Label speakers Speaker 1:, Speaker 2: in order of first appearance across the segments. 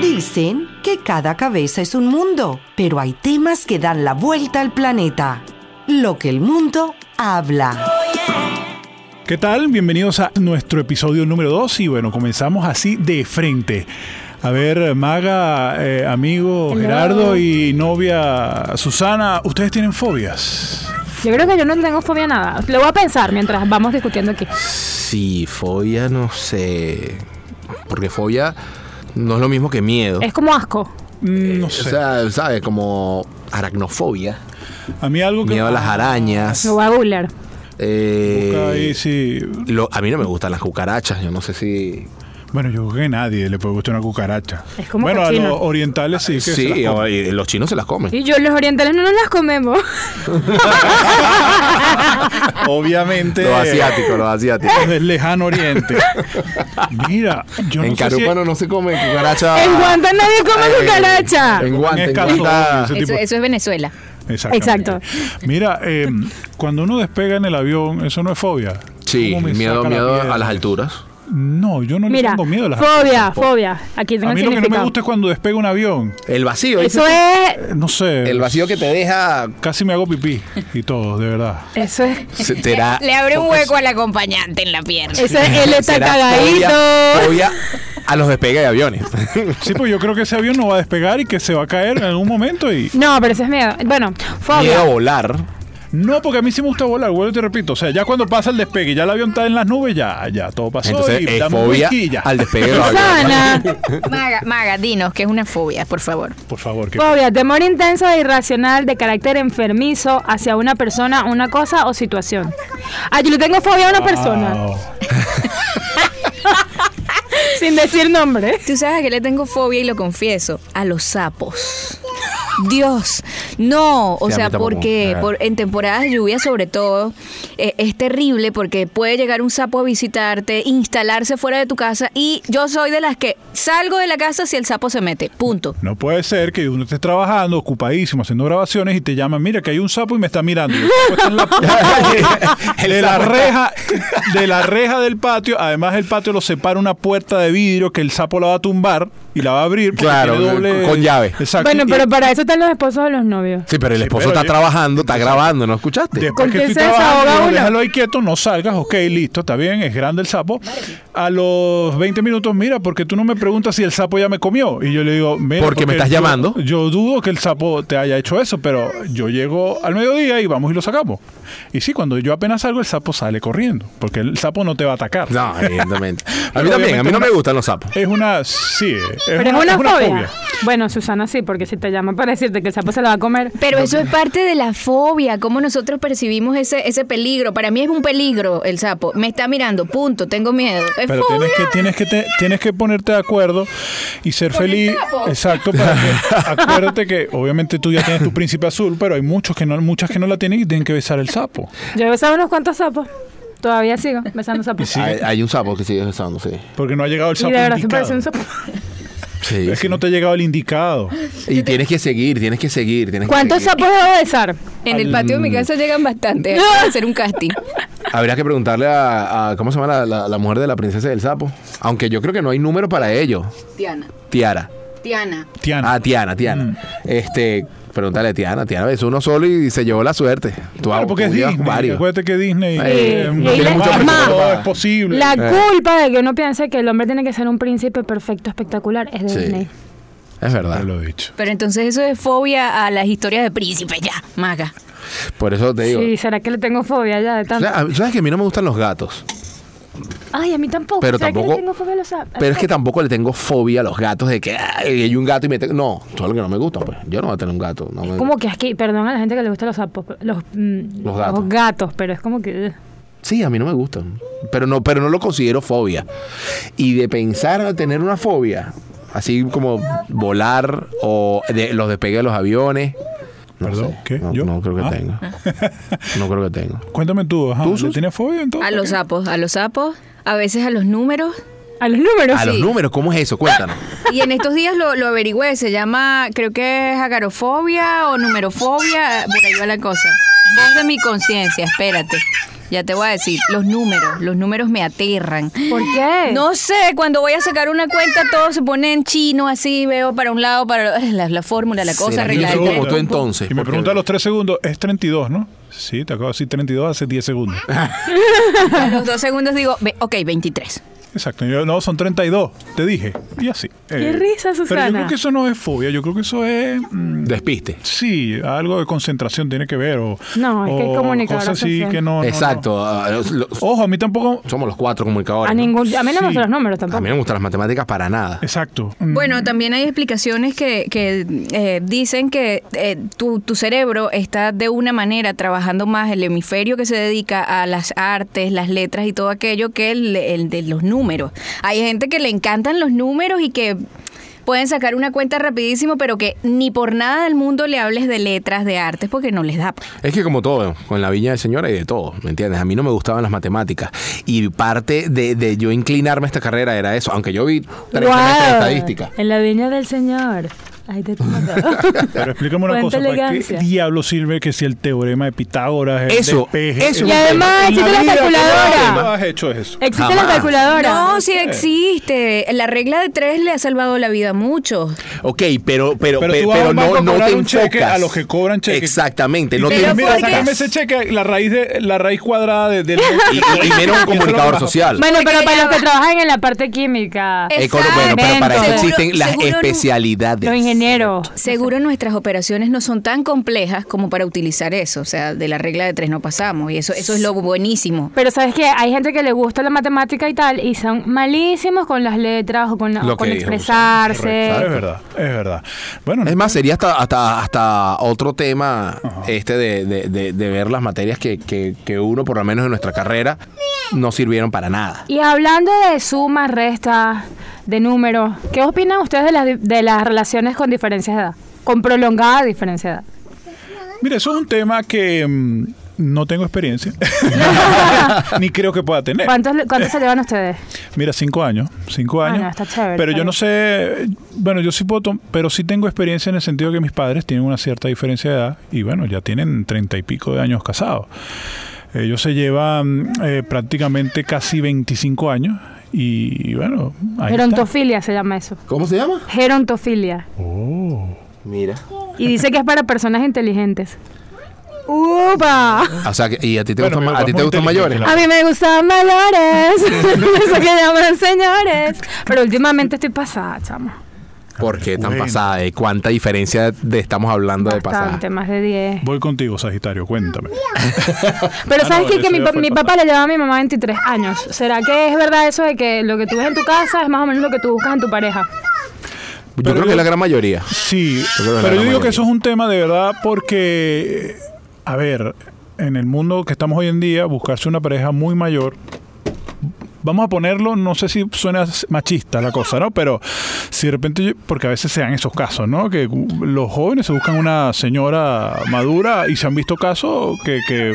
Speaker 1: Dicen que cada cabeza es un mundo, pero hay temas que dan la vuelta al planeta. Lo que el mundo habla.
Speaker 2: ¿Qué tal? Bienvenidos a nuestro episodio número 2 y bueno, comenzamos así de frente. A ver, Maga, eh, amigo
Speaker 3: Hello.
Speaker 2: Gerardo y novia Susana, ¿ustedes tienen fobias?
Speaker 3: Yo creo que yo no tengo fobia a nada. Lo voy a pensar mientras vamos discutiendo aquí.
Speaker 4: Sí, fobia no sé. Porque fobia no es lo mismo que miedo.
Speaker 3: Es como asco.
Speaker 2: Mm, No
Speaker 4: Eh, O
Speaker 2: sé.
Speaker 4: sea, ¿sabes? Como aracnofobia.
Speaker 2: A mí algo que...
Speaker 4: Miedo a las arañas.
Speaker 3: Lo voy a googlear.
Speaker 4: eh,
Speaker 2: Ahí sí.
Speaker 4: lo- a mí no me gustan las cucarachas. Yo no sé si.
Speaker 2: Bueno, yo creo que nadie le puede gustar una cucaracha.
Speaker 3: Es como
Speaker 2: bueno,
Speaker 3: cochino.
Speaker 2: a los orientales sí que se las
Speaker 4: Sí,
Speaker 2: comen.
Speaker 4: o- y los chinos se las comen.
Speaker 3: Y yo los orientales no nos las comemos.
Speaker 2: Obviamente.
Speaker 4: Los asiáticos, los asiáticos.
Speaker 2: Los del lejano oriente. Mira, Eh, yo no
Speaker 4: en
Speaker 2: sé si-
Speaker 4: Carúpano no se come cucaracha.
Speaker 2: Ah.
Speaker 3: En Guanta nadie come
Speaker 4: Eh,
Speaker 3: cucaracha.
Speaker 4: En Guanta, en
Speaker 2: escaso,
Speaker 4: Guanta.
Speaker 2: este ese
Speaker 5: Eso,
Speaker 2: tipo-
Speaker 5: eso es Venezuela.
Speaker 2: Exactamente. Mira, eh, cuando uno despega en el avión, eso no es fobia.
Speaker 4: Sí,
Speaker 2: ¿Cómo me
Speaker 4: miedo,
Speaker 2: saca la
Speaker 4: miedo
Speaker 2: piedra?
Speaker 4: a las alturas.
Speaker 2: No, yo no le
Speaker 3: Mira,
Speaker 2: tengo miedo a las
Speaker 3: fobia, fobia. Aquí tengo
Speaker 2: A
Speaker 3: el
Speaker 2: mí lo que no me
Speaker 3: significado.
Speaker 2: gusta es cuando despega un avión.
Speaker 4: El vacío. ¿eh?
Speaker 3: Eso es.
Speaker 2: Eh, No sé.
Speaker 4: El vacío que te deja.
Speaker 2: Casi me hago pipí y todo, de verdad.
Speaker 3: Eso es.
Speaker 4: se- será-
Speaker 5: Le abre un hueco al acompañante en la pierna.
Speaker 3: Eso es. Él está
Speaker 4: será
Speaker 3: cagadito.
Speaker 4: fobia- fobia a los despegues de aviones.
Speaker 2: Sí, pues yo creo que ese avión no va a despegar y que se va a caer en algún momento y...
Speaker 3: No, pero eso es miedo. Bueno,
Speaker 4: Miedo a
Speaker 3: fobia.
Speaker 4: volar.
Speaker 2: No, porque a mí sí me gusta volar, vuelvo y te repito. O sea, ya cuando pasa el despegue, ya el avión está en las nubes, ya, ya, todo pasó.
Speaker 4: Entonces
Speaker 2: y
Speaker 4: es
Speaker 2: dame un
Speaker 4: fobia
Speaker 2: whisky y ya.
Speaker 4: al despegue de los aviones.
Speaker 3: Sana.
Speaker 5: Maga, Maga, dinos que es una fobia, por favor.
Speaker 2: Por favor, que...
Speaker 3: Fobia, temor intenso e irracional de carácter enfermizo hacia una persona, una cosa o situación. Ah, yo le tengo fobia a una persona,
Speaker 2: Wow.
Speaker 3: sin decir nombre.
Speaker 5: Tú sabes que le tengo fobia y lo confieso, a los sapos. Dios, no, o
Speaker 4: Sí, a
Speaker 5: sea,
Speaker 4: mí tampoco.
Speaker 5: porque
Speaker 4: Ah.
Speaker 5: por- en temporadas de lluvia sobre todo eh, es terrible porque puede llegar un sapo a visitarte, instalarse fuera de tu casa y yo soy de las que salgo de la casa si el sapo se mete, punto.
Speaker 2: No puede ser que uno esté trabajando, ocupadísimo, haciendo grabaciones y te llaman, mira que hay un sapo y me está mirando. Y el sapo está en la puerta de- de la reja, de la reja del patio. Además el patio lo separa una puerta de vidrio que el sapo la va a tumbar y la va a abrir. porque
Speaker 4: Claro,
Speaker 2: tiene
Speaker 4: con- con llave.
Speaker 2: Exacto.
Speaker 3: Bueno,
Speaker 2: Y
Speaker 3: pero para eso están los esposos de los novios.
Speaker 4: Sí, pero el
Speaker 2: Sí,
Speaker 4: esposo
Speaker 2: pero
Speaker 4: está
Speaker 2: yo-
Speaker 4: trabajando, está grabando, ¿no escuchaste?
Speaker 2: Después
Speaker 3: ¿Con
Speaker 2: que
Speaker 3: quién
Speaker 2: estoy
Speaker 3: se
Speaker 2: trabajando,
Speaker 3: desahoga uno?
Speaker 2: déjalo ahí quieto, no salgas, ok, listo, está bien, es grande el sapo. A los 20 minutos, mira, porque tú no me preguntas si el sapo ya me comió. Y yo le digo, mira,
Speaker 4: Porque me estás
Speaker 2: yo-
Speaker 4: llamando.
Speaker 2: Yo dudo que el sapo te haya hecho eso, pero yo llego al mediodía y vamos y lo sacamos. Y sí, cuando yo apenas salgo, el sapo sale corriendo, porque el sapo no te va a atacar.
Speaker 4: No, evidentemente. A
Speaker 2: Pero
Speaker 4: mí también, a mí
Speaker 2: obviamente
Speaker 4: no
Speaker 2: una-
Speaker 4: me gustan los sapos.
Speaker 2: Es una, sí, es
Speaker 3: Pero es una, fobia. Bueno, Susana sí, porque si te llaman para decirte que el sapo se la va a comer.
Speaker 5: Pero eso es parte de la fobia, cómo nosotros percibimos ese, ese peligro. Para mí es un peligro el sapo. Me está mirando, punto, tengo miedo. Es
Speaker 2: Pero
Speaker 5: fobia.
Speaker 2: tienes que, tienes que te- tienes que ponerte de acuerdo y ser
Speaker 5: Con el
Speaker 2: feliz.
Speaker 5: sapo.
Speaker 2: Exacto, para que- acuérdate que obviamente tú ya tienes tu príncipe azul, pero hay muchos que no, muchas que no la tienen y tienen que besar el sapo.
Speaker 3: Yo he besado unos cuantos sapos. Todavía sigo besando sapos.
Speaker 4: Hay, hay un sapo que sigue besando, sí.
Speaker 2: Porque no ha llegado el
Speaker 3: Y
Speaker 2: sapo
Speaker 3: de verdad se
Speaker 2: indicado.
Speaker 3: parece un sapo.
Speaker 4: Sí.
Speaker 2: Es que no te ha llegado el indicado.
Speaker 4: Y tienes que seguir, tienes que seguir, tienes
Speaker 3: ¿Cuántos
Speaker 4: que seguir.
Speaker 3: sapos debo besar?
Speaker 5: En el patio de mi casa llegan bastante para hacer un casting.
Speaker 4: Habría que preguntarle a, a- ¿cómo se llama la, la- la mujer de la princesa del sapo? Aunque yo creo que no hay número para ello.
Speaker 5: Tiana,
Speaker 4: Tiara.
Speaker 5: Tiana.
Speaker 2: Tiana. Mm.
Speaker 4: Ah, Tiana, Tiana. Este, pregúntale a Tiana, Tiana besó uno solo y se llevó la suerte. Tú
Speaker 2: Claro,
Speaker 4: ah,
Speaker 2: porque es
Speaker 4: tú llevas
Speaker 2: Disney.
Speaker 4: varios.
Speaker 2: Acuérdate que Disney
Speaker 4: Sí.
Speaker 2: eh,
Speaker 3: Y
Speaker 2: un-
Speaker 3: ahí
Speaker 2: tiene
Speaker 3: la-
Speaker 2: mucho
Speaker 3: es
Speaker 2: presupuesto,
Speaker 3: más,
Speaker 2: todo es posible.
Speaker 3: La
Speaker 4: Eh.
Speaker 3: culpa de que uno piense que el hombre tiene que ser un príncipe perfecto, espectacular, es de
Speaker 4: Sí.
Speaker 3: Disney.
Speaker 4: Es
Speaker 2: Ya
Speaker 4: verdad.
Speaker 2: lo he dicho.
Speaker 5: Pero entonces eso es fobia a las historias de príncipes, ya, maga.
Speaker 4: Por eso te digo.
Speaker 3: Sí, ¿será que le tengo fobia ya de
Speaker 4: O
Speaker 3: tanto?
Speaker 4: sea, a- ¿Sabes que a mí no me gustan los gatos?
Speaker 3: Ay, a mí tampoco.
Speaker 4: Pero
Speaker 3: ¿Será que
Speaker 4: tampoco-
Speaker 3: le tengo fobia a los sapos?
Speaker 4: Pero es que tampoco le tengo fobia a los gatos de que "Ay, hay un gato y me tengo. No, solo que no me gusta, pues. Yo no voy a tener un gato. no me-
Speaker 3: Como que aquí, perdón a la gente que le gustan los sapos, los, mm,
Speaker 4: Los gatos.
Speaker 3: los gatos, pero es como que... eh, ugh.
Speaker 4: Sí, a mí no me gustan. Pero no, pero no lo considero fobia. Y de pensar a tener una fobia, así como volar o de- los despegues de los aviones. No
Speaker 2: Perdón,
Speaker 4: sé.
Speaker 2: ¿qué?
Speaker 4: No,
Speaker 2: ¿Yo?
Speaker 4: no creo que
Speaker 2: Ah.
Speaker 4: tenga. No creo que tenga.
Speaker 2: Cuéntame tú, ajá,
Speaker 4: ¿Tú,
Speaker 2: ¿le
Speaker 4: Sus?
Speaker 2: tienes fobia entonces?
Speaker 5: A los sapos, a los sapos, a veces a los números.
Speaker 3: A los números.
Speaker 4: A los
Speaker 5: sí.
Speaker 4: números, ¿cómo es eso? Cuéntanos.
Speaker 5: Y en estos días lo, lo averigüé, se llama, creo que es agarofobia o numerofobia, por ahí va la cosa. Voz de mi conciencia, espérate. Ya te voy a decir, los números, los números me aterran.
Speaker 3: ¿Por qué?
Speaker 5: No sé, cuando voy a sacar una cuenta todo se pone en chino, así veo para un lado, para la, la fórmula, la cosa,
Speaker 4: ¿Será que yo
Speaker 5: arreglar
Speaker 4: soy
Speaker 5: el
Speaker 4: como tú
Speaker 5: teléfono.
Speaker 4: entonces?
Speaker 2: Y me
Speaker 4: Porque-
Speaker 2: pregunta a los 3 segundos, es 32, ¿no? Sí, te acabo de decir 32 hace 10 segundos.
Speaker 5: A los dos segundos digo, ve- ok, 23.
Speaker 2: Exacto. Yo, no, son 32, te dije. Y así. Eh,
Speaker 3: Qué risa,
Speaker 2: Pero
Speaker 3: Susana.
Speaker 2: yo creo que eso no es fobia, yo creo que eso es... mm,
Speaker 4: Despiste.
Speaker 2: Sí, algo de concentración tiene que ver. O,
Speaker 3: No, es que es
Speaker 2: o
Speaker 3: comunicador
Speaker 2: cosas así
Speaker 3: social.
Speaker 2: que no- no- no.
Speaker 4: Exacto. ah, los- los-
Speaker 2: Ojo, a mí tampoco...
Speaker 4: somos los cuatro comunicadores.
Speaker 3: A,
Speaker 4: ¿no?
Speaker 3: ningún, a mí no me
Speaker 2: Sí.
Speaker 3: gustan los números tampoco.
Speaker 4: A mí no me gustan las matemáticas para nada.
Speaker 2: Exacto. Mm,
Speaker 5: Bueno, también hay explicaciones que, que, eh, dicen que eh, tu, tu cerebro está de una manera trabajando más el hemisferio que se dedica a las artes, las letras y todo aquello que el, el de los números. Hay gente que le encantan los números y que pueden sacar una cuenta rapidísimo, pero que ni por nada del mundo le hables de letras, de artes, porque no les da. pues.
Speaker 4: Es que como todo, con la viña del señor hay de todo, ¿me entiendes? A mí no me gustaban las matemáticas. Y parte de, de yo inclinarme a esta carrera era eso, aunque yo vi tres
Speaker 3: Guau.
Speaker 4: semestres de estadística.
Speaker 3: En la viña del señor. Ay, te
Speaker 2: Pero explícame una cosa,
Speaker 3: Cuánta
Speaker 2: ¿para qué
Speaker 3: elegancia.
Speaker 2: diablo sirve que si el teorema de Pitágoras, el
Speaker 4: Eso,
Speaker 2: despeje,
Speaker 4: eso
Speaker 2: el-
Speaker 3: Y además
Speaker 2: En la
Speaker 3: existe la
Speaker 2: vida, ¿cómo
Speaker 3: calculadora.
Speaker 2: has hecho eso?
Speaker 3: Existe
Speaker 4: Jamás.
Speaker 3: la calculadora.
Speaker 5: No, sí existe. La regla de tres le ha salvado la vida a muchos.
Speaker 4: Ok, pero, pero,
Speaker 2: Pero
Speaker 4: pe-
Speaker 2: tú vas a
Speaker 4: pero
Speaker 2: un banco
Speaker 4: no,
Speaker 2: a
Speaker 4: no
Speaker 2: cobrar
Speaker 4: te
Speaker 2: un cheque
Speaker 4: enfocas.
Speaker 2: a los que cobran cheques.
Speaker 4: Exactamente,
Speaker 2: Y
Speaker 4: no
Speaker 2: tú
Speaker 4: te
Speaker 2: dices,
Speaker 5: Pero
Speaker 2: mira,
Speaker 5: porque-
Speaker 2: sácame
Speaker 4: enfocas.
Speaker 2: ese cheque, la raíz de la raíz cuadrada de- del
Speaker 4: Y, y- y menos un comunicador social.
Speaker 3: Bueno,
Speaker 5: Porque
Speaker 3: pero
Speaker 5: ya
Speaker 3: para los
Speaker 5: va.
Speaker 3: que trabajan en la parte química,
Speaker 5: Eh,
Speaker 4: Econo- bueno, pero para eso
Speaker 5: Exacto.
Speaker 4: existen las
Speaker 5: Seguro- seguro-
Speaker 4: especialidades.
Speaker 3: los ingenieros.
Speaker 5: Seguro nuestras operaciones no son tan complejas como para utilizar eso. O sea, de la regla de tres no pasamos. Y eso, eso es lo buenísimo.
Speaker 3: Pero sabes que hay gente que le gusta la matemática y tal, y son malísimos con las letras o con,
Speaker 4: Lo
Speaker 3: o con
Speaker 4: que dijo,
Speaker 3: expresarse.
Speaker 2: Es verdad, es verdad. Bueno,
Speaker 4: Es más, sería hasta, hasta, hasta otro tema este de, de- de- de ver las materias que, que- que uno, por lo menos en nuestra carrera, no sirvieron para nada.
Speaker 3: Y hablando de sumas, restas, de números, ¿qué opinan ustedes de las, di- de las relaciones con diferencias de edad? Con prolongada diferencia de edad.
Speaker 2: Mira, eso es un tema que mm, no tengo experiencia, ni creo que pueda tener.
Speaker 3: ¿Cuántos, le- cuántos se llevan ustedes?
Speaker 2: Mira, cinco años, cinco
Speaker 3: Ah,
Speaker 2: años.
Speaker 3: no, está chévere,
Speaker 2: pero
Speaker 3: está
Speaker 2: yo no
Speaker 3: bien.
Speaker 2: sé, bueno, yo sí puedo, tom- pero sí tengo experiencia en el sentido que mis padres tienen una cierta diferencia de edad y bueno, ya tienen treinta y pico de años casados. Ellos se llevan eh, prácticamente casi 25 años y, bueno, ahí está.
Speaker 3: Gerontofilia se llama eso.
Speaker 4: ¿Cómo se llama?
Speaker 3: Gerontofilia.
Speaker 2: Oh.
Speaker 4: Mira.
Speaker 3: Y dice que es para personas inteligentes. ¡Upa!
Speaker 4: O sea, que- ¿y a ti te
Speaker 2: Bueno, mi
Speaker 4: gustan,
Speaker 2: papá
Speaker 4: ma- a ti
Speaker 2: es muy
Speaker 4: te gustan
Speaker 2: inteligente,
Speaker 4: mayores?
Speaker 3: A mí me gustan valores. Eso que llaman señores. Pero últimamente estoy pasada, chamo.
Speaker 4: ¿Por qué tan
Speaker 2: Bueno.
Speaker 4: pasada? ¿De cuánta diferencia de estamos hablando
Speaker 3: Bastante,
Speaker 4: de pasada?
Speaker 3: más de 10.
Speaker 2: Voy contigo, Sagitario, cuéntame.
Speaker 3: Pero
Speaker 2: Ah,
Speaker 3: sabes
Speaker 2: no,
Speaker 3: qué?
Speaker 2: eso
Speaker 3: que mi,
Speaker 2: ya
Speaker 3: pa-
Speaker 2: fue
Speaker 3: mi
Speaker 2: pasado.
Speaker 3: papá le llevaba a mi mamá 23 años. ¿Será que es verdad eso de que lo que tú ves en tu casa es más o menos lo que tú buscas en tu pareja?
Speaker 4: Yo
Speaker 2: Pero
Speaker 4: creo
Speaker 2: yo-
Speaker 4: que la gran mayoría.
Speaker 2: Sí,
Speaker 4: Yo creo que la
Speaker 2: pero yo
Speaker 4: gran
Speaker 2: digo que
Speaker 4: mayoría.
Speaker 2: eso es un tema de verdad porque, eh, a ver, en el mundo que estamos hoy en día, buscarse una pareja muy mayor, vamos a ponerlo, no sé si suena machista la cosa, ¿no? Pero si de repente, yo- porque a veces se dan esos casos, ¿no? Que uh, los jóvenes se buscan una señora madura y se han visto casos que... que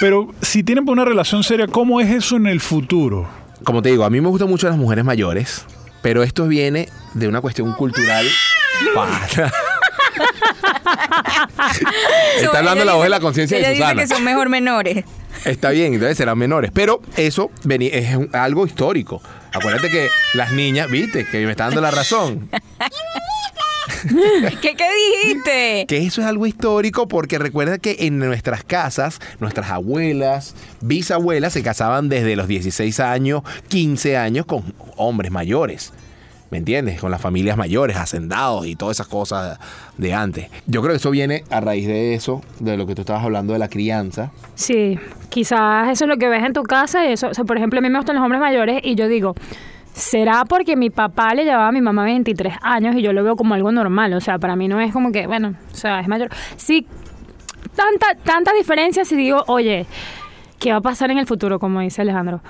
Speaker 2: pero si tienen una relación seria, ¿cómo es eso en el futuro?
Speaker 4: Como te digo, a mí me gustan mucho las mujeres mayores, pero esto viene de una cuestión cultural. Para. Está hablando la voz de la conciencia
Speaker 5: Ella
Speaker 4: de Susana.
Speaker 5: dice que son mejor menores.
Speaker 4: Está bien, entonces serán menores. Pero eso veni- es un- algo histórico. Acuérdate que las niñas, viste, que me está dando la razón.
Speaker 5: ¿Qué, qué dijiste?
Speaker 4: Que eso es algo histórico porque recuerda que en nuestras casas, nuestras abuelas, bisabuelas se casaban desde los 16 años, 15 años con hombres mayores. ¿Me entiendes? Con las familias mayores, hacendados y todas esas cosas de antes. Yo creo que eso viene a raíz de eso, de lo que tú estabas hablando de la crianza.
Speaker 3: Sí, quizás eso es lo que ves en tu casa y eso, o sea, por ejemplo, a mí me gustan los hombres mayores y yo digo, será porque mi papá le llevaba a mi mamá 23 años y yo lo veo como algo normal, o sea, para mí no es como que, bueno, o sea, es mayor. Sí, tanta, tanta diferencia si digo, oye, ¿qué va a pasar en el futuro? Como dice Alejandro.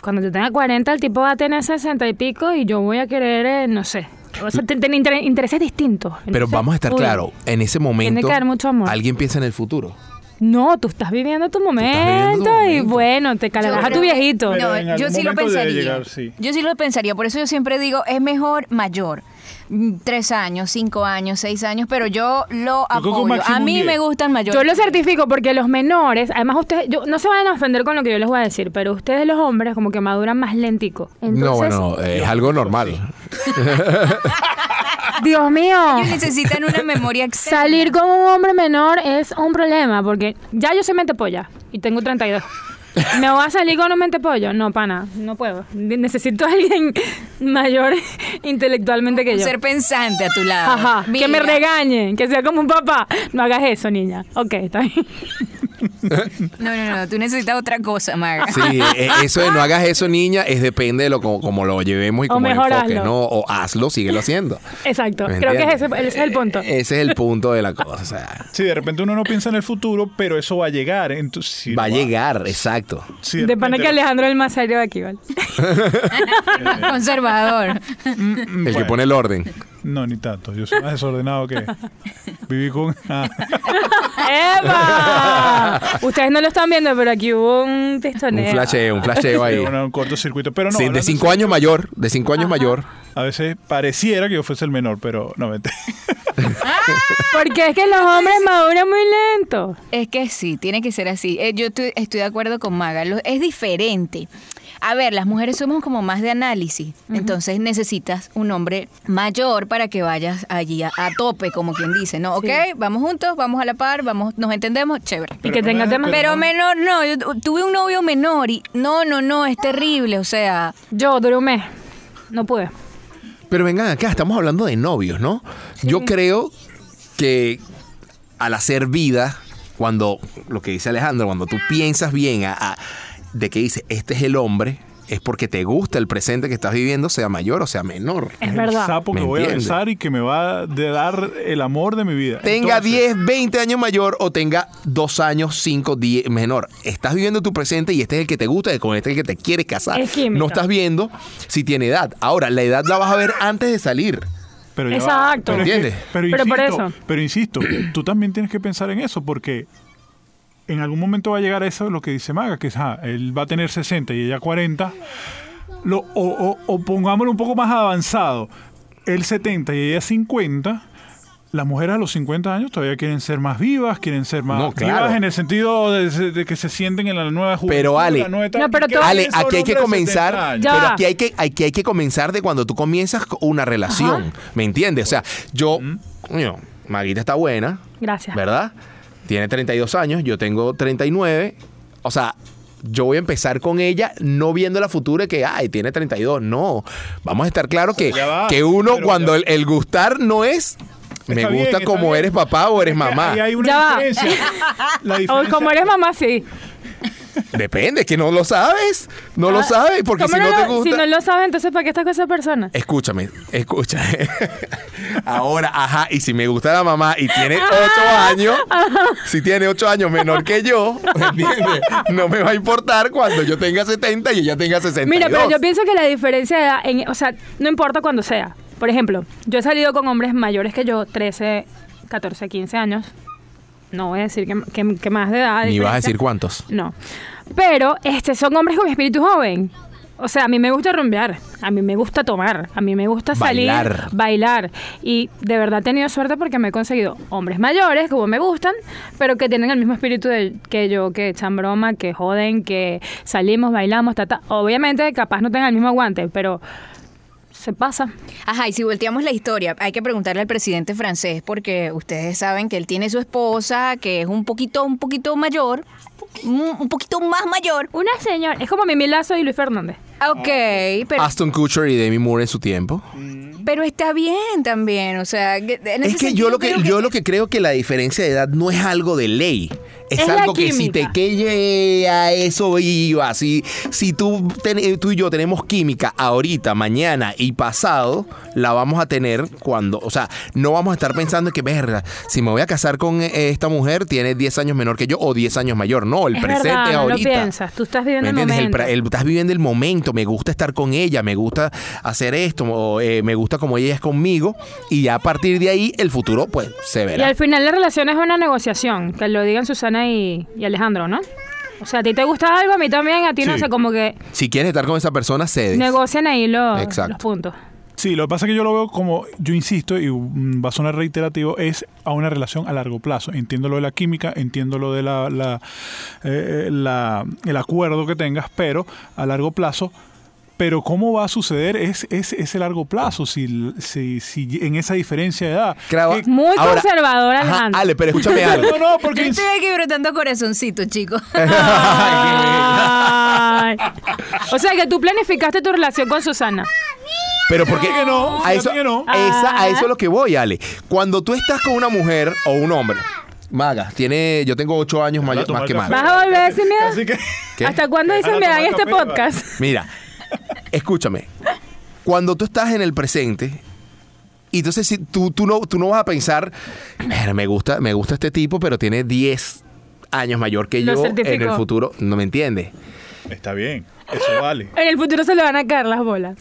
Speaker 3: Cuando yo tenga 40, el tipo va a tener 60 y pico y yo voy a querer, eh, no sé, o sea, tener intereses distintos.
Speaker 4: Pero
Speaker 3: Entonces,
Speaker 4: vamos a estar
Speaker 3: uy,
Speaker 4: claros, en ese momento
Speaker 3: que haber mucho amor.
Speaker 4: alguien piensa en el futuro.
Speaker 3: No, tú estás viviendo tu momento,
Speaker 4: viviendo tu
Speaker 3: y
Speaker 4: momento.
Speaker 3: bueno, te calarás a tu
Speaker 5: creo que-
Speaker 3: viejito.
Speaker 2: Pero en
Speaker 5: No, yo
Speaker 2: algún
Speaker 5: sí lo
Speaker 2: momento debe
Speaker 5: pensaría.
Speaker 2: llegar, sí.
Speaker 5: Yo sí lo pensaría. Por eso yo siempre digo, es mejor mayor. mm, tres años, cinco años, seis años, pero yo lo
Speaker 2: creo que
Speaker 5: apoyo.
Speaker 2: máximo
Speaker 5: A
Speaker 2: un
Speaker 5: mí
Speaker 2: diez.
Speaker 5: me gustan mayores.
Speaker 3: Yo lo certifico porque los menores, además ustedes, yo- no se vayan a ofender con lo que yo les voy a decir, pero ustedes los hombres como que maduran más lentico. Entonces,
Speaker 4: no, bueno, es algo normal.
Speaker 3: Dios mío.
Speaker 5: Ellos necesitan una memoria externa.
Speaker 3: Salir con un hombre menor es un problema porque ya yo soy mentepolla y tengo 32. ¿Me voy a salir con un mentepollo? No, pana, no puedo. Ne- Necesito a alguien mayor intelectualmente que yo.
Speaker 5: ser pensante a tu lado.
Speaker 3: Ajá, que
Speaker 5: Mira,
Speaker 3: me regañen, que sea como un papá. No hagas eso, niña. Ok, está bien.
Speaker 5: No, no, no, tú necesitas otra cosa, Marga.
Speaker 4: Sí, eh, eso de no hagas eso, niña, es depende de lo como, como lo llevemos y
Speaker 3: O
Speaker 4: como lo
Speaker 3: mejor
Speaker 4: enfoques,
Speaker 3: hazlo.
Speaker 4: ¿no? O hazlo, síguelo haciendo.
Speaker 3: Exacto,
Speaker 4: ¿Me
Speaker 3: creo que es ese,
Speaker 4: entiendes?
Speaker 3: ese es el punto.
Speaker 4: Eh, Ese es el punto de la cosa. O sea,
Speaker 2: Sí, de repente uno no piensa en el futuro, pero eso va a llegar. Entonces, sí,
Speaker 4: va a
Speaker 2: no
Speaker 4: llegar, exacto.
Speaker 2: sí,
Speaker 3: De pana
Speaker 2: repente-
Speaker 3: que Alejandro es el más serio de aquí, ¿vale?
Speaker 5: Conservador.
Speaker 4: El que
Speaker 2: Bueno.
Speaker 4: pone el orden.
Speaker 2: No, ni tanto. Yo soy más desordenado que. Viví con. Ah.
Speaker 3: ¡Epa! Ustedes no lo están viendo, pero aquí hubo un
Speaker 4: Un
Speaker 3: pistoneo.
Speaker 4: flasheo, un flasheo ahí.
Speaker 2: Bueno, un cortocircuito. Pero no.
Speaker 4: Sí,
Speaker 2: hablando
Speaker 4: de
Speaker 2: en
Speaker 4: cinco años mayor, de cinco años mayor.
Speaker 2: A veces pareciera que yo fuese el menor, pero no mentira.
Speaker 3: Porque es que los hombres maduran muy lento.
Speaker 5: Es que sí, tiene que ser así. Eh, yo estoy, estoy de acuerdo con Maga, lo- es diferente. A ver, las mujeres somos como más de análisis, entonces necesitas un hombre mayor para que vayas allí a, a tope, como quien dice, ¿no? Ok, vamos juntos, vamos a la par, vamos, nos entendemos, chévere.
Speaker 3: y que
Speaker 2: no
Speaker 3: tenga
Speaker 2: me-
Speaker 3: temas.
Speaker 5: Pero
Speaker 2: no-
Speaker 5: menor, no, yo tu- tuve un novio menor y no, no, no, es terrible, o sea,
Speaker 3: Yo duré un mes. No pude.
Speaker 4: Pero vengan acá, estamos hablando de novios, ¿no? Yo creo que al hacer vida, cuando lo que dice Alejandro, cuando tú piensas bien a- a- de que dice, este es el hombre, es porque te gusta el presente que estás viviendo, sea mayor o sea menor.
Speaker 3: Es
Speaker 2: El
Speaker 3: verdad.
Speaker 2: sapo que
Speaker 4: ¿Me
Speaker 2: voy a
Speaker 4: entiendes?
Speaker 2: besar y que me va a de- dar el amor de mi vida.
Speaker 4: Tenga
Speaker 2: Entonces,
Speaker 4: 10, 20 años mayor o tenga 2 años, 5, 10 menor. Estás viviendo tu presente y este es el que te gusta y con este es el que te quieres casar.
Speaker 3: Es química.
Speaker 4: No estás viendo si tiene edad. Ahora, la edad la vas a ver antes de salir.
Speaker 2: Pero ya va.
Speaker 3: Exacto.
Speaker 2: Pero, es que-
Speaker 4: ¿Entiendes?
Speaker 2: pero
Speaker 3: Pero por
Speaker 2: insisto, pero,
Speaker 3: eso.
Speaker 2: insisto, tú también tienes que pensar en eso porque en algún momento va a llegar eso lo que dice Maga, que es, ah, él va a tener 60 y ella 40. Lo- o, o- o pongámoslo un poco más avanzado, él 70 y ella 50. Las mujeres a los 50 años todavía quieren ser más vivas, quieren ser más
Speaker 4: No, claro.
Speaker 2: vivas en el sentido de, se- de que se sienten en la nueva juventud.
Speaker 4: Pero, Ale,
Speaker 2: la nueva etapa.
Speaker 3: No, pero
Speaker 2: ¿Qué
Speaker 3: todo-
Speaker 2: piensa
Speaker 4: Ale,
Speaker 2: un
Speaker 4: aquí hay que
Speaker 2: hombre de 70
Speaker 4: comenzar,
Speaker 2: años?
Speaker 3: Ya
Speaker 4: pero
Speaker 3: va.
Speaker 4: aquí hay que, aquí hay que comenzar de cuando tú comienzas co- una relación, ¿me entiendes? O sea, yo, coño, Maguita está buena,
Speaker 3: Gracias.
Speaker 4: ¿verdad? Tiene 32 años, yo tengo 39, o sea, yo voy a empezar con ella no viendo la futura que, ay, tiene 32, no, vamos a estar claro que,
Speaker 2: Ya va,
Speaker 4: que uno
Speaker 2: pero
Speaker 4: cuando
Speaker 2: ya-
Speaker 4: el, el gustar no es, me
Speaker 2: Está bien,
Speaker 4: gusta
Speaker 2: está
Speaker 4: como
Speaker 2: bien.
Speaker 4: eres papá o eres
Speaker 2: Es que
Speaker 4: mamá,
Speaker 2: ahí hay una
Speaker 3: Ya va.
Speaker 2: diferencia. La
Speaker 3: O
Speaker 2: diferencia-
Speaker 3: como eres mamá, sí.
Speaker 4: depende, es que no lo sabes, no lo
Speaker 3: Ah,
Speaker 4: sabes, porque
Speaker 3: ¿cómo
Speaker 4: si no, te
Speaker 3: lo-
Speaker 4: gusta...
Speaker 3: Si no lo sabes, entonces ¿para qué estás con esa persona?
Speaker 4: Escúchame, escucha. Ahora, ajá, y si me gusta la mamá y tiene ocho años, si tiene ocho años menor que yo, ¿me ¿entiendes? No me va a importar cuando yo tenga 70 y ella tenga 62.
Speaker 3: Mira, pero yo pienso que la diferencia de edad, en- o sea, no importa cuándo sea. Por ejemplo, yo he salido con hombres mayores que yo, 13, 14, 15 años. No voy a decir que, que- que más de edad.
Speaker 4: Ni vas a
Speaker 3: diferencia.
Speaker 4: decir cuántos.
Speaker 3: No. Pero este, son hombres con espíritu joven. O sea, a mí me gusta rumbear, a mí me gusta tomar, a mí me gusta salir,
Speaker 4: Bailar.
Speaker 3: bailar. Y de verdad he tenido suerte porque me he conseguido hombres mayores, como me gustan, pero que tienen el mismo espíritu de- que yo, que echan broma, que joden, que salimos, bailamos, ta, ta. Obviamente, capaz no tengan el mismo aguante, pero se pasa.
Speaker 5: Ajá, y si volteamos la historia, hay que preguntarle al presidente francés, porque ustedes saben que él tiene su esposa, que es un poquito, un poquito mayor, un, un poquito más mayor.
Speaker 3: Una señora, es como Mimi Lazo y Luis Fernández.
Speaker 5: Ok,
Speaker 4: Ah,
Speaker 5: pero,
Speaker 4: Aston Kutcher y Demi Moore en su tiempo.
Speaker 5: pero está bien también, o sea... que- en
Speaker 4: Es
Speaker 5: ese
Speaker 4: que
Speaker 5: sentido
Speaker 4: yo lo que,
Speaker 5: creo
Speaker 4: yo lo que creo que la diferencia de edad no es algo de ley. Es,
Speaker 3: Es la
Speaker 4: algo que si te
Speaker 3: química.
Speaker 4: que a eso iba. Si, si tú, ten- eh, tú y yo tenemos química ahorita, mañana y pasado, la vamos a tener cuando. O sea, no vamos a estar pensando que, verga, si me voy a casar con eh, esta mujer, tiene 10 años menor que yo o 10 años mayor. No, el
Speaker 3: Es
Speaker 4: presente
Speaker 3: verdad, no lo
Speaker 4: ahorita.
Speaker 3: piensas, tú estás viviendo
Speaker 4: ¿Me
Speaker 3: el
Speaker 4: entiendes?
Speaker 3: momento.
Speaker 4: pra- el- estás viviendo el momento, me gusta estar con ella, me gusta hacer esto, o, eh, me gusta como ella es conmigo, y ya a partir de ahí el futuro pues se
Speaker 3: Y
Speaker 4: verá.
Speaker 3: al final la relación es una negociación, que lo digan Susana y, y Alejandro, ¿no? O sea, a ti te gusta algo, a mí también, a ti no,
Speaker 2: Sí.
Speaker 3: sé, como que
Speaker 4: Si quieres estar con esa persona, cedes.
Speaker 3: negocian ahí los,
Speaker 4: Exacto.
Speaker 3: los puntos.
Speaker 2: Sí, lo que pasa es que yo lo veo como, yo insisto, y mm, va a sonar reiterativo, es a una relación a largo plazo. Entiendo lo de la química, entiendo lo de la, la, eh, la- el acuerdo que tengas, pero a largo plazo. Pero cómo va a suceder es, es ese largo plazo, si, si, si en esa diferencia de edad.
Speaker 4: Claro,
Speaker 2: Que-
Speaker 3: Muy
Speaker 4: ahora-
Speaker 3: conservador,
Speaker 4: Ajá,
Speaker 3: Alejandro.
Speaker 4: Ale, pero escúchame algo.
Speaker 2: no, no,
Speaker 5: Yo
Speaker 2: porque
Speaker 5: estoy aquí brotando corazoncito, chicos.
Speaker 3: Ay. O sea que tú planificaste tu relación con Susana.
Speaker 4: Pero porque
Speaker 2: que no,
Speaker 4: a
Speaker 2: fíjate
Speaker 4: eso,
Speaker 2: que no.
Speaker 4: esa- a eso
Speaker 3: Ah.
Speaker 4: es lo que voy, Ale. Cuando tú estás con una mujer o un hombre, Maga, tiene, yo tengo ocho años
Speaker 2: Ahora
Speaker 4: mayor,
Speaker 2: tomar
Speaker 4: más que
Speaker 2: café.
Speaker 4: Maga.
Speaker 3: ¿Vas a volver a decir miedo?
Speaker 2: Así que-
Speaker 4: ¿Qué?
Speaker 3: ¿Hasta cuándo dices
Speaker 2: Ahora
Speaker 3: me dan
Speaker 2: toma
Speaker 3: este
Speaker 2: café, vale.
Speaker 3: podcast?
Speaker 4: Mira, escúchame. Cuando tú estás en el presente, y entonces si tú, tú, no, tú no vas a pensar, "Mira, me gusta, me gusta este tipo, pero tiene 10 años mayor que
Speaker 3: Lo
Speaker 4: yo en el
Speaker 3: certificó.
Speaker 4: futuro. No me entiendes.
Speaker 2: Está bien, eso vale.
Speaker 3: En el futuro se le van a caer las bolas.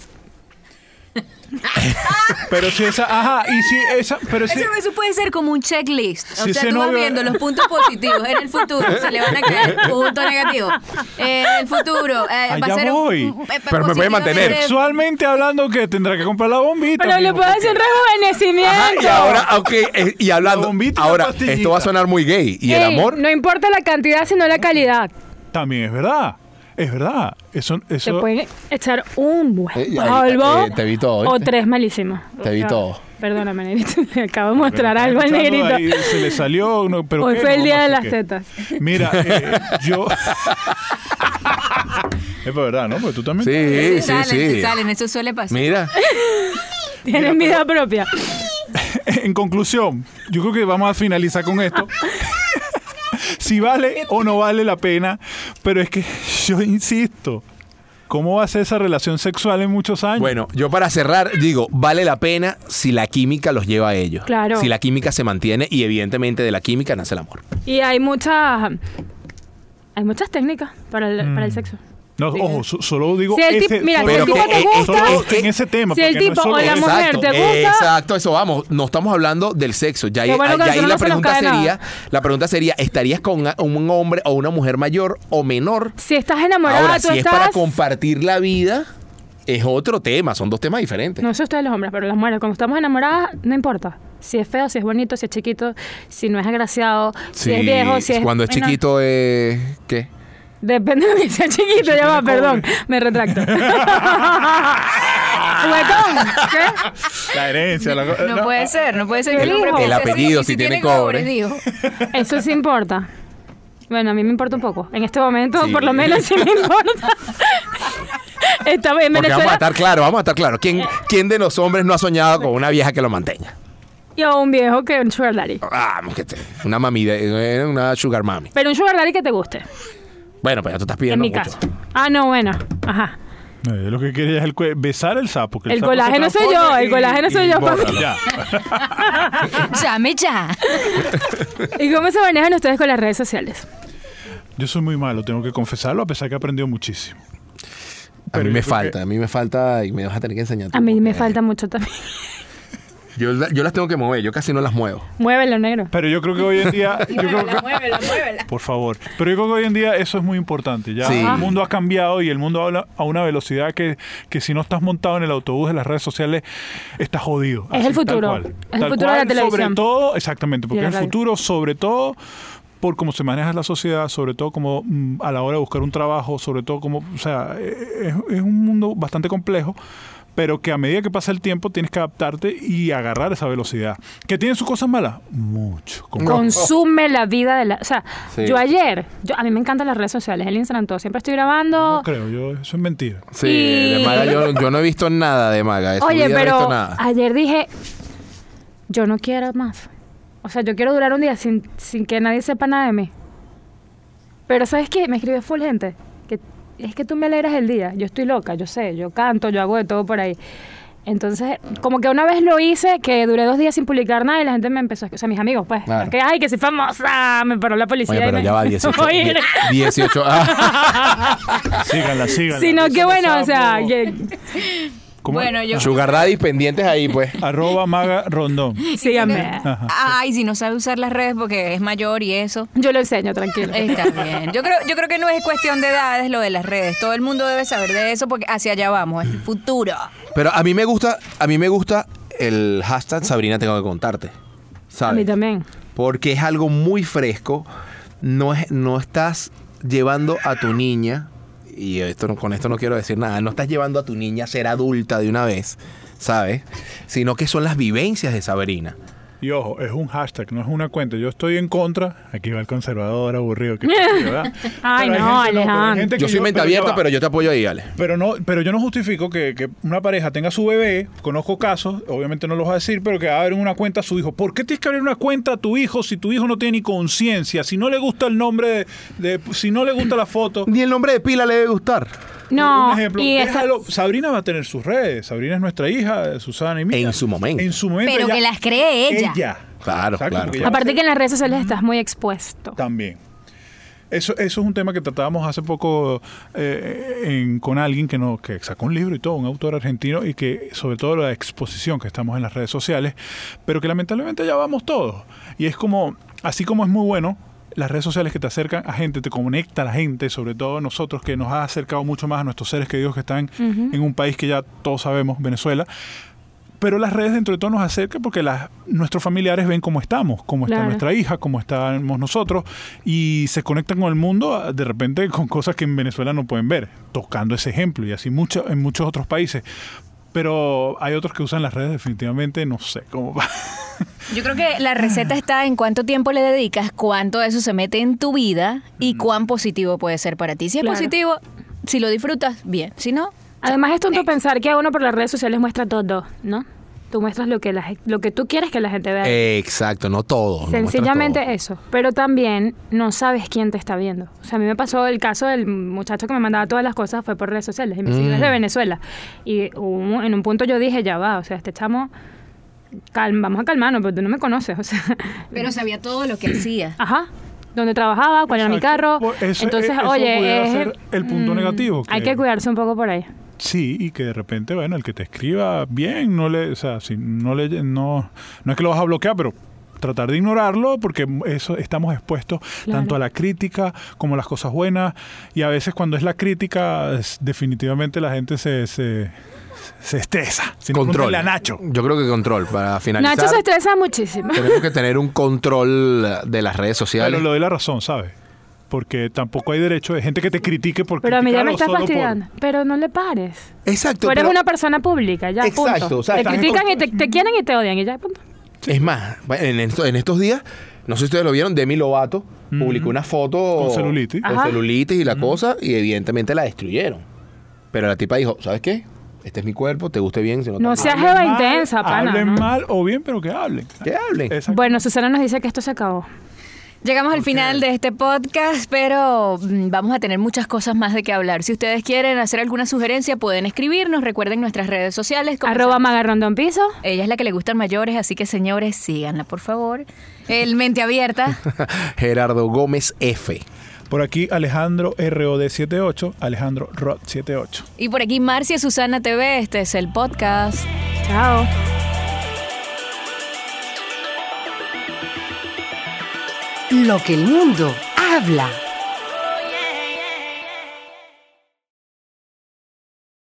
Speaker 2: Pero si esa, ajá, y si esa, pero si,
Speaker 5: Eso, eso puede ser como un checklist. O
Speaker 2: Sí,
Speaker 5: sea,
Speaker 2: ese
Speaker 5: tú vas
Speaker 2: novio-
Speaker 5: viendo los puntos positivos en el futuro. Se le van a caer puntos negativos. Eh, en el futuro. eh, va
Speaker 2: Allá
Speaker 5: a ser
Speaker 2: voy.
Speaker 5: mm, eh,
Speaker 4: Pero me voy a mantener.
Speaker 5: positivamente-
Speaker 2: sexualmente hablando que tendrá que comprar la bombita.
Speaker 3: Pero le
Speaker 2: mijo,
Speaker 3: puedo
Speaker 2: porque-
Speaker 3: decir un rejuvenecimiento.
Speaker 4: Ajá, y ahora, ok, eh, y
Speaker 2: La
Speaker 4: hablando,
Speaker 2: bombita y la
Speaker 4: ahora,
Speaker 2: pastillita.
Speaker 4: esto va a sonar muy gay. ¿Y el
Speaker 3: Ey,
Speaker 4: amor?
Speaker 3: No importa la cantidad, sino la calidad.
Speaker 2: También es verdad. Es verdad. Eso,
Speaker 3: Te
Speaker 2: eso.
Speaker 3: pueden echar un buen
Speaker 4: Eh, ya,
Speaker 3: polvo
Speaker 4: eh, te vi todo, ¿eh?
Speaker 3: o tres malísimos.
Speaker 4: Te vi
Speaker 3: O sea,
Speaker 4: todo.
Speaker 3: Perdóname, negrito. Le acabo de mostrar algo al
Speaker 2: Escuchando
Speaker 3: negrito.
Speaker 2: ahí, se le salió. no, pero
Speaker 3: Hoy
Speaker 2: qué,
Speaker 3: fue el
Speaker 2: no,
Speaker 3: día
Speaker 2: no
Speaker 3: de
Speaker 2: sé
Speaker 3: las
Speaker 2: qué.
Speaker 3: tetas.
Speaker 2: Mira, eh, yo. es verdad, ¿no? Porque tú también.
Speaker 4: Sí,
Speaker 5: Sí,
Speaker 4: sí,
Speaker 5: salen,
Speaker 4: sí.
Speaker 5: sí salen, eso suele pasar.
Speaker 4: Mira,
Speaker 3: Tienen vida propia.
Speaker 2: En conclusión, yo creo que vamos a finalizar con esto. si vale o no vale la pena, pero es que yo insisto, ¿cómo va a ser esa relación sexual en muchos años?
Speaker 4: bueno, yo para cerrar digo, vale la pena si la química los lleva a ellos.
Speaker 3: Claro.
Speaker 4: Si la química se mantiene y evidentemente de la química nace el amor.
Speaker 3: Y hay muchas. Hay muchas técnicas para el,
Speaker 4: Mm.
Speaker 3: para el sexo.
Speaker 2: No, ojo, so- solo digo
Speaker 3: Si el tip-
Speaker 2: ese-
Speaker 3: mira,
Speaker 2: solo-
Speaker 3: si el tipo te
Speaker 2: eh,
Speaker 3: gusta-
Speaker 2: solo en ese tema,
Speaker 3: si el
Speaker 2: porque no es
Speaker 3: tipo
Speaker 2: solo
Speaker 3: o la
Speaker 2: eso.
Speaker 3: mujer te gusta.
Speaker 4: Exacto, eso vamos. No estamos hablando del sexo. Ya, ahí-
Speaker 3: Qué bueno que
Speaker 4: ya
Speaker 3: a
Speaker 4: ahí
Speaker 3: nosotros
Speaker 4: la
Speaker 3: no se nos
Speaker 4: pregunta
Speaker 3: cae
Speaker 4: sería,
Speaker 3: nada.
Speaker 4: la pregunta sería, ¿estarías con a- un hombre o una mujer mayor o menor?
Speaker 3: Si estás enamorada,
Speaker 4: Ahora,
Speaker 3: tú
Speaker 4: si es
Speaker 3: estás.
Speaker 4: para compartir la vida, es otro tema, son dos temas diferentes.
Speaker 3: No sé ustedes los hombres, pero las mujeres, cuando estamos enamoradas, no importa. Si es feo, si es bonito, si es chiquito, si no es agraciado, si es viejo, si es.
Speaker 4: cuando es
Speaker 3: bueno,
Speaker 4: chiquito, eh, ¿qué?
Speaker 3: Depende de que sea chiquito, ya va, perdón. Me retracto. Huecón,
Speaker 4: Ah.
Speaker 3: ¿qué?
Speaker 2: La herencia, la ah, cosa.
Speaker 5: No, puede ser, no puede ser que
Speaker 3: El-
Speaker 5: hombre
Speaker 3: el
Speaker 5: piense así,
Speaker 4: apellido, si tiene cobre.
Speaker 5: digo.
Speaker 3: Eso sí importa. Bueno, a mí me importa un poco. En este momento,
Speaker 4: Sí.
Speaker 3: por lo menos, sí me importa. Está bien, en
Speaker 4: Porque vamos a
Speaker 3: Venezuela. Eh.
Speaker 4: estar claro, vamos a estar claro. ¿Quién, ¿Quién de los hombres no ha soñado con una vieja que lo mantenga?
Speaker 3: Y a un viejo que un sugar daddy.
Speaker 4: Vamos, que te- una mamita, eh, una sugar mami.
Speaker 3: Pero un sugar daddy que te guste,
Speaker 4: Bueno, pues ya tú estás
Speaker 3: en
Speaker 4: pidiendo
Speaker 3: mi
Speaker 4: mucho.
Speaker 3: caso. Ah, no, bueno. Ajá.
Speaker 2: No, yo lo que quería es el cue- besar el sapo. que
Speaker 3: El
Speaker 2: sapo se
Speaker 3: colágeno soy
Speaker 2: transforme
Speaker 3: yo, el
Speaker 2: y-
Speaker 3: colágeno soy
Speaker 2: y
Speaker 3: yo,
Speaker 2: bótalo,
Speaker 3: papi.
Speaker 2: ya.
Speaker 5: Llame ya.
Speaker 3: ¿Y cómo se manejan ustedes con las redes sociales?
Speaker 2: Yo soy muy malo, tengo que confesarlo, a pesar que he aprendido muchísimo.
Speaker 4: A
Speaker 2: Pero
Speaker 4: mí me
Speaker 2: yo creo
Speaker 4: falta,
Speaker 2: que-
Speaker 4: a mí me falta y me vas a tener que enseñar. tú,
Speaker 3: A mí me
Speaker 4: porque
Speaker 3: falta mucho también.
Speaker 4: Yo, la- yo las tengo que mover, yo casi no las muevo.
Speaker 3: Muévelo, negro.
Speaker 2: Pero yo creo que hoy en día. yo creo que-
Speaker 5: muévela, muévela.
Speaker 2: por favor. Pero yo creo que hoy en día eso es muy importante. Ya
Speaker 4: Sí.
Speaker 2: el mundo ha cambiado y el mundo habla a una velocidad que, que si no estás montado en el autobús de las redes sociales, estás jodido.
Speaker 3: Es el
Speaker 2: tal
Speaker 3: futuro.
Speaker 2: cual.
Speaker 3: Es el
Speaker 2: Tal
Speaker 3: futuro de la
Speaker 2: cual, Sobre
Speaker 3: televisión.
Speaker 2: todo, exactamente,
Speaker 3: Y
Speaker 2: porque
Speaker 3: la
Speaker 2: es el
Speaker 3: radio.
Speaker 2: futuro, sobre todo por cómo se maneja la sociedad, sobre todo como mm, a la hora de buscar un trabajo, sobre todo como, o sea, eh, es, es un mundo bastante complejo, pero que a medida que pasa el tiempo tienes que adaptarte y agarrar esa velocidad. ¿Que tiene sus cosas malas? Mucho. como
Speaker 3: Consume la vida de la... O sea,
Speaker 4: Sí.
Speaker 3: yo ayer, yo, a mí me encantan las redes sociales, el Instagram, todo. Siempre estoy grabando.
Speaker 2: no creo, yo, eso es mentira.
Speaker 4: Sí,
Speaker 3: Y-
Speaker 4: de Maga yo, yo no he visto nada de Maga. de su
Speaker 3: Oye,
Speaker 4: vida no he
Speaker 3: pero
Speaker 4: visto nada.
Speaker 3: ayer dije, yo no quiero más. O sea, yo quiero durar un día sin, sin que nadie sepa nada de mí. Pero ¿sabes qué? Me escribió full gente. Que, es que tú me alegras el día. Yo estoy loca, yo sé. Yo canto, yo hago de todo por ahí. Entonces, como que una vez lo hice, que duré dos días sin publicar nada y la gente me empezó a... O sea, mis amigos, pues.
Speaker 4: Claro.
Speaker 3: Que, ay, que soy famosa. Me paró la policía.
Speaker 4: Oye,
Speaker 3: y
Speaker 4: pero
Speaker 3: me-
Speaker 4: ya va
Speaker 3: me
Speaker 4: 18.
Speaker 3: voy a ir.
Speaker 4: 18. ah.
Speaker 2: Síganla, síganla.
Speaker 3: Sino que
Speaker 2: Eso
Speaker 3: bueno,
Speaker 2: no
Speaker 3: o sea,
Speaker 2: sapo.
Speaker 3: que-
Speaker 2: ¿Cómo
Speaker 5: Bueno,
Speaker 2: es?
Speaker 5: yo-
Speaker 4: Sugar daddy pendientes ahí, pues.
Speaker 2: Arroba Maga Rondón.
Speaker 3: Síganme.
Speaker 2: Ajá.
Speaker 5: Ay, si no sabe usar las redes porque es mayor y eso.
Speaker 3: Yo lo enseño, tranquilo.
Speaker 5: Está bien. Yo creo, yo creo que no es cuestión de edades lo de las redes. Todo el mundo debe saber de eso porque hacia allá vamos, es el futuro.
Speaker 4: Pero a mí me gusta, a mí me gusta el hashtag Sabrina tengo que contarte.
Speaker 3: A
Speaker 4: ¿sabes?
Speaker 3: mí también.
Speaker 4: Porque es algo muy fresco. No, es, no estás llevando a tu niña, y esto no- con esto no quiero decir nada, no estás llevando a tu niña a ser adulta de una vez, ¿sabes? Sino que son las vivencias de Sabrina.
Speaker 2: Y ojo, es un hashtag, no es una cuenta. Yo estoy en contra. Aquí va el conservador aburrido. Que ¿verdad? Pero hay gente-
Speaker 3: Ay, no,
Speaker 2: pero hay
Speaker 3: Alejandro.
Speaker 2: gente que
Speaker 4: Yo soy mente
Speaker 2: pero ya
Speaker 4: abierta,
Speaker 2: va.
Speaker 4: pero yo te apoyo ahí, Ale.
Speaker 2: Pero no, pero yo no justifico que, que una pareja tenga su bebé, conozco casos, obviamente no los voy a decir, pero que abren una cuenta a su hijo. ¿Por qué tienes que abrir una cuenta a tu hijo si tu hijo no tiene ni conciencia? Si no le gusta el nombre, de, de- si no le gusta la foto.
Speaker 4: Ni el nombre de pila le debe gustar.
Speaker 3: No,
Speaker 5: Ah,
Speaker 2: Un ejemplo,
Speaker 3: y esta-
Speaker 2: déjalo. Sabrina va a tener sus redes. Sabrina es nuestra hija, Susana y mía.
Speaker 4: En su momento.
Speaker 2: En su momento.
Speaker 5: Pero que las cree ella.
Speaker 4: Claro,
Speaker 2: Exacto,
Speaker 4: claro,
Speaker 2: porque
Speaker 4: claro.
Speaker 2: ella va a
Speaker 3: aparte
Speaker 2: ser-
Speaker 3: que en las redes sociales estás muy expuesto.
Speaker 2: También. Eso, eso es un tema que tratábamos hace poco eh, en- con alguien que, no, que sacó un libro y todo, un autor argentino, y que sobre todo la exposición que estamos en las redes sociales, pero que lamentablemente ya vamos todos. Y es como, así como es muy bueno, las redes sociales que te acercan a gente, te conecta a la gente, sobre todo nosotros que nos ha acercado mucho más a nuestros seres queridos que están en un país que ya todos sabemos, Venezuela, pero las redes dentro de todo nos acercan porque las, nuestros familiares ven cómo estamos, cómo está
Speaker 3: Claro.
Speaker 2: nuestra hija, cómo estamos nosotros y se conectan con el mundo ah, de repente con cosas que en Venezuela no pueden ver, tocando ese ejemplo y así mucho, en muchos otros países. Pero hay otros que usan las redes definitivamente, no sé cómo va.
Speaker 5: Yo creo que la receta está en cuánto tiempo le dedicas, cuánto de eso se mete en tu vida y cuán positivo puede ser para ti. Si es
Speaker 3: Claro.
Speaker 5: positivo, si lo disfrutas, bien. Si no,
Speaker 3: Además es tonto pensar que a uno por las redes sociales muestra todo, ¿no? Tú muestras lo que, la, gen- lo que tú quieres que la gente vea.
Speaker 4: Exacto, no todo. Eh, no muestras
Speaker 3: Eh, Sencillamente eh,
Speaker 4: todo.
Speaker 3: eso. Pero también no sabes quién te está viendo. O sea, a mí me pasó el caso del muchacho que me mandaba todas las cosas, fue por redes sociales, y me siguió
Speaker 4: Mm.
Speaker 3: desde Venezuela. Y hubo- en un punto yo dije, ya va, o sea, este chamo, calm- vamos a calmarnos, pero tú no me conoces, o sea.
Speaker 5: pero sabía todo lo que hacía.
Speaker 3: Ajá. Donde trabajaba, cuál era mi
Speaker 2: Exacto.
Speaker 3: carro.
Speaker 2: Por eso-
Speaker 3: Entonces,
Speaker 2: eh, eso
Speaker 3: oye,
Speaker 2: pudiera
Speaker 3: es- mm,
Speaker 2: ser el punto negativo,
Speaker 3: Hay
Speaker 2: que-
Speaker 3: que cuidarse un poco por ahí.
Speaker 2: Sí, y que de repente, bueno, el que te escriba bien, no le, o sea, si no le, no, no es que lo vas a bloquear, pero tratar de ignorarlo porque eso estamos expuestos
Speaker 3: Claro.
Speaker 2: tanto a la crítica como a las cosas buenas y a veces cuando es la crítica es- definitivamente la gente se se, se estresa Si no,
Speaker 4: Control.
Speaker 2: pregúntale a Nacho
Speaker 4: Yo creo que control, para finalizar.
Speaker 3: Nacho se estresa muchísimo.
Speaker 4: Tenemos que tener un control de las redes sociales.
Speaker 2: pero le doy la razón sabes porque tampoco hay derecho de gente que te critique porque
Speaker 3: Pero a mí ya me estás fastidiando. Pero no le pares.
Speaker 4: Exacto.
Speaker 3: Tú eres
Speaker 4: pero-
Speaker 3: una persona pública, ya,
Speaker 4: Exacto,
Speaker 3: punto.
Speaker 4: o sea,
Speaker 3: te
Speaker 4: estás en
Speaker 3: critican y te, te quieren y te odian, y ya, punto.
Speaker 4: Es más, en, esto- en estos días, no sé si ustedes lo vieron, Demi Lovato publicó una foto
Speaker 2: Con celulitis.
Speaker 4: con
Speaker 3: Ajá.
Speaker 4: celulitis y la cosa, y evidentemente la destruyeron. Pero la tipa dijo, ¿sabes qué? Este es mi cuerpo, te guste bien, si no,
Speaker 3: No
Speaker 4: tampoco".
Speaker 3: seas jeva intensa, pana.
Speaker 2: hablen
Speaker 3: ¿no?
Speaker 2: mal o bien pero que hablen
Speaker 4: que hablen.
Speaker 2: Exacto.
Speaker 3: Bueno, Susana nos dice que esto se acabó.
Speaker 5: Llegamos al final de este podcast, pero mm, vamos a tener muchas cosas más de qué hablar. Si ustedes quieren hacer alguna sugerencia, pueden escribirnos. Recuerden nuestras redes sociales. como-
Speaker 3: Arroba magarrondón piso.
Speaker 5: Ella es la que le gustan mayores, así que señores, síganla, por favor. El Mente Abierta.
Speaker 4: Gerardo Gómez F.
Speaker 2: Por aquí Alejandro ROD78, Alejandro Rod78.
Speaker 5: Y por aquí Marcia Susana TV. Este es el podcast.
Speaker 3: Chao.
Speaker 1: Lo que el mundo habla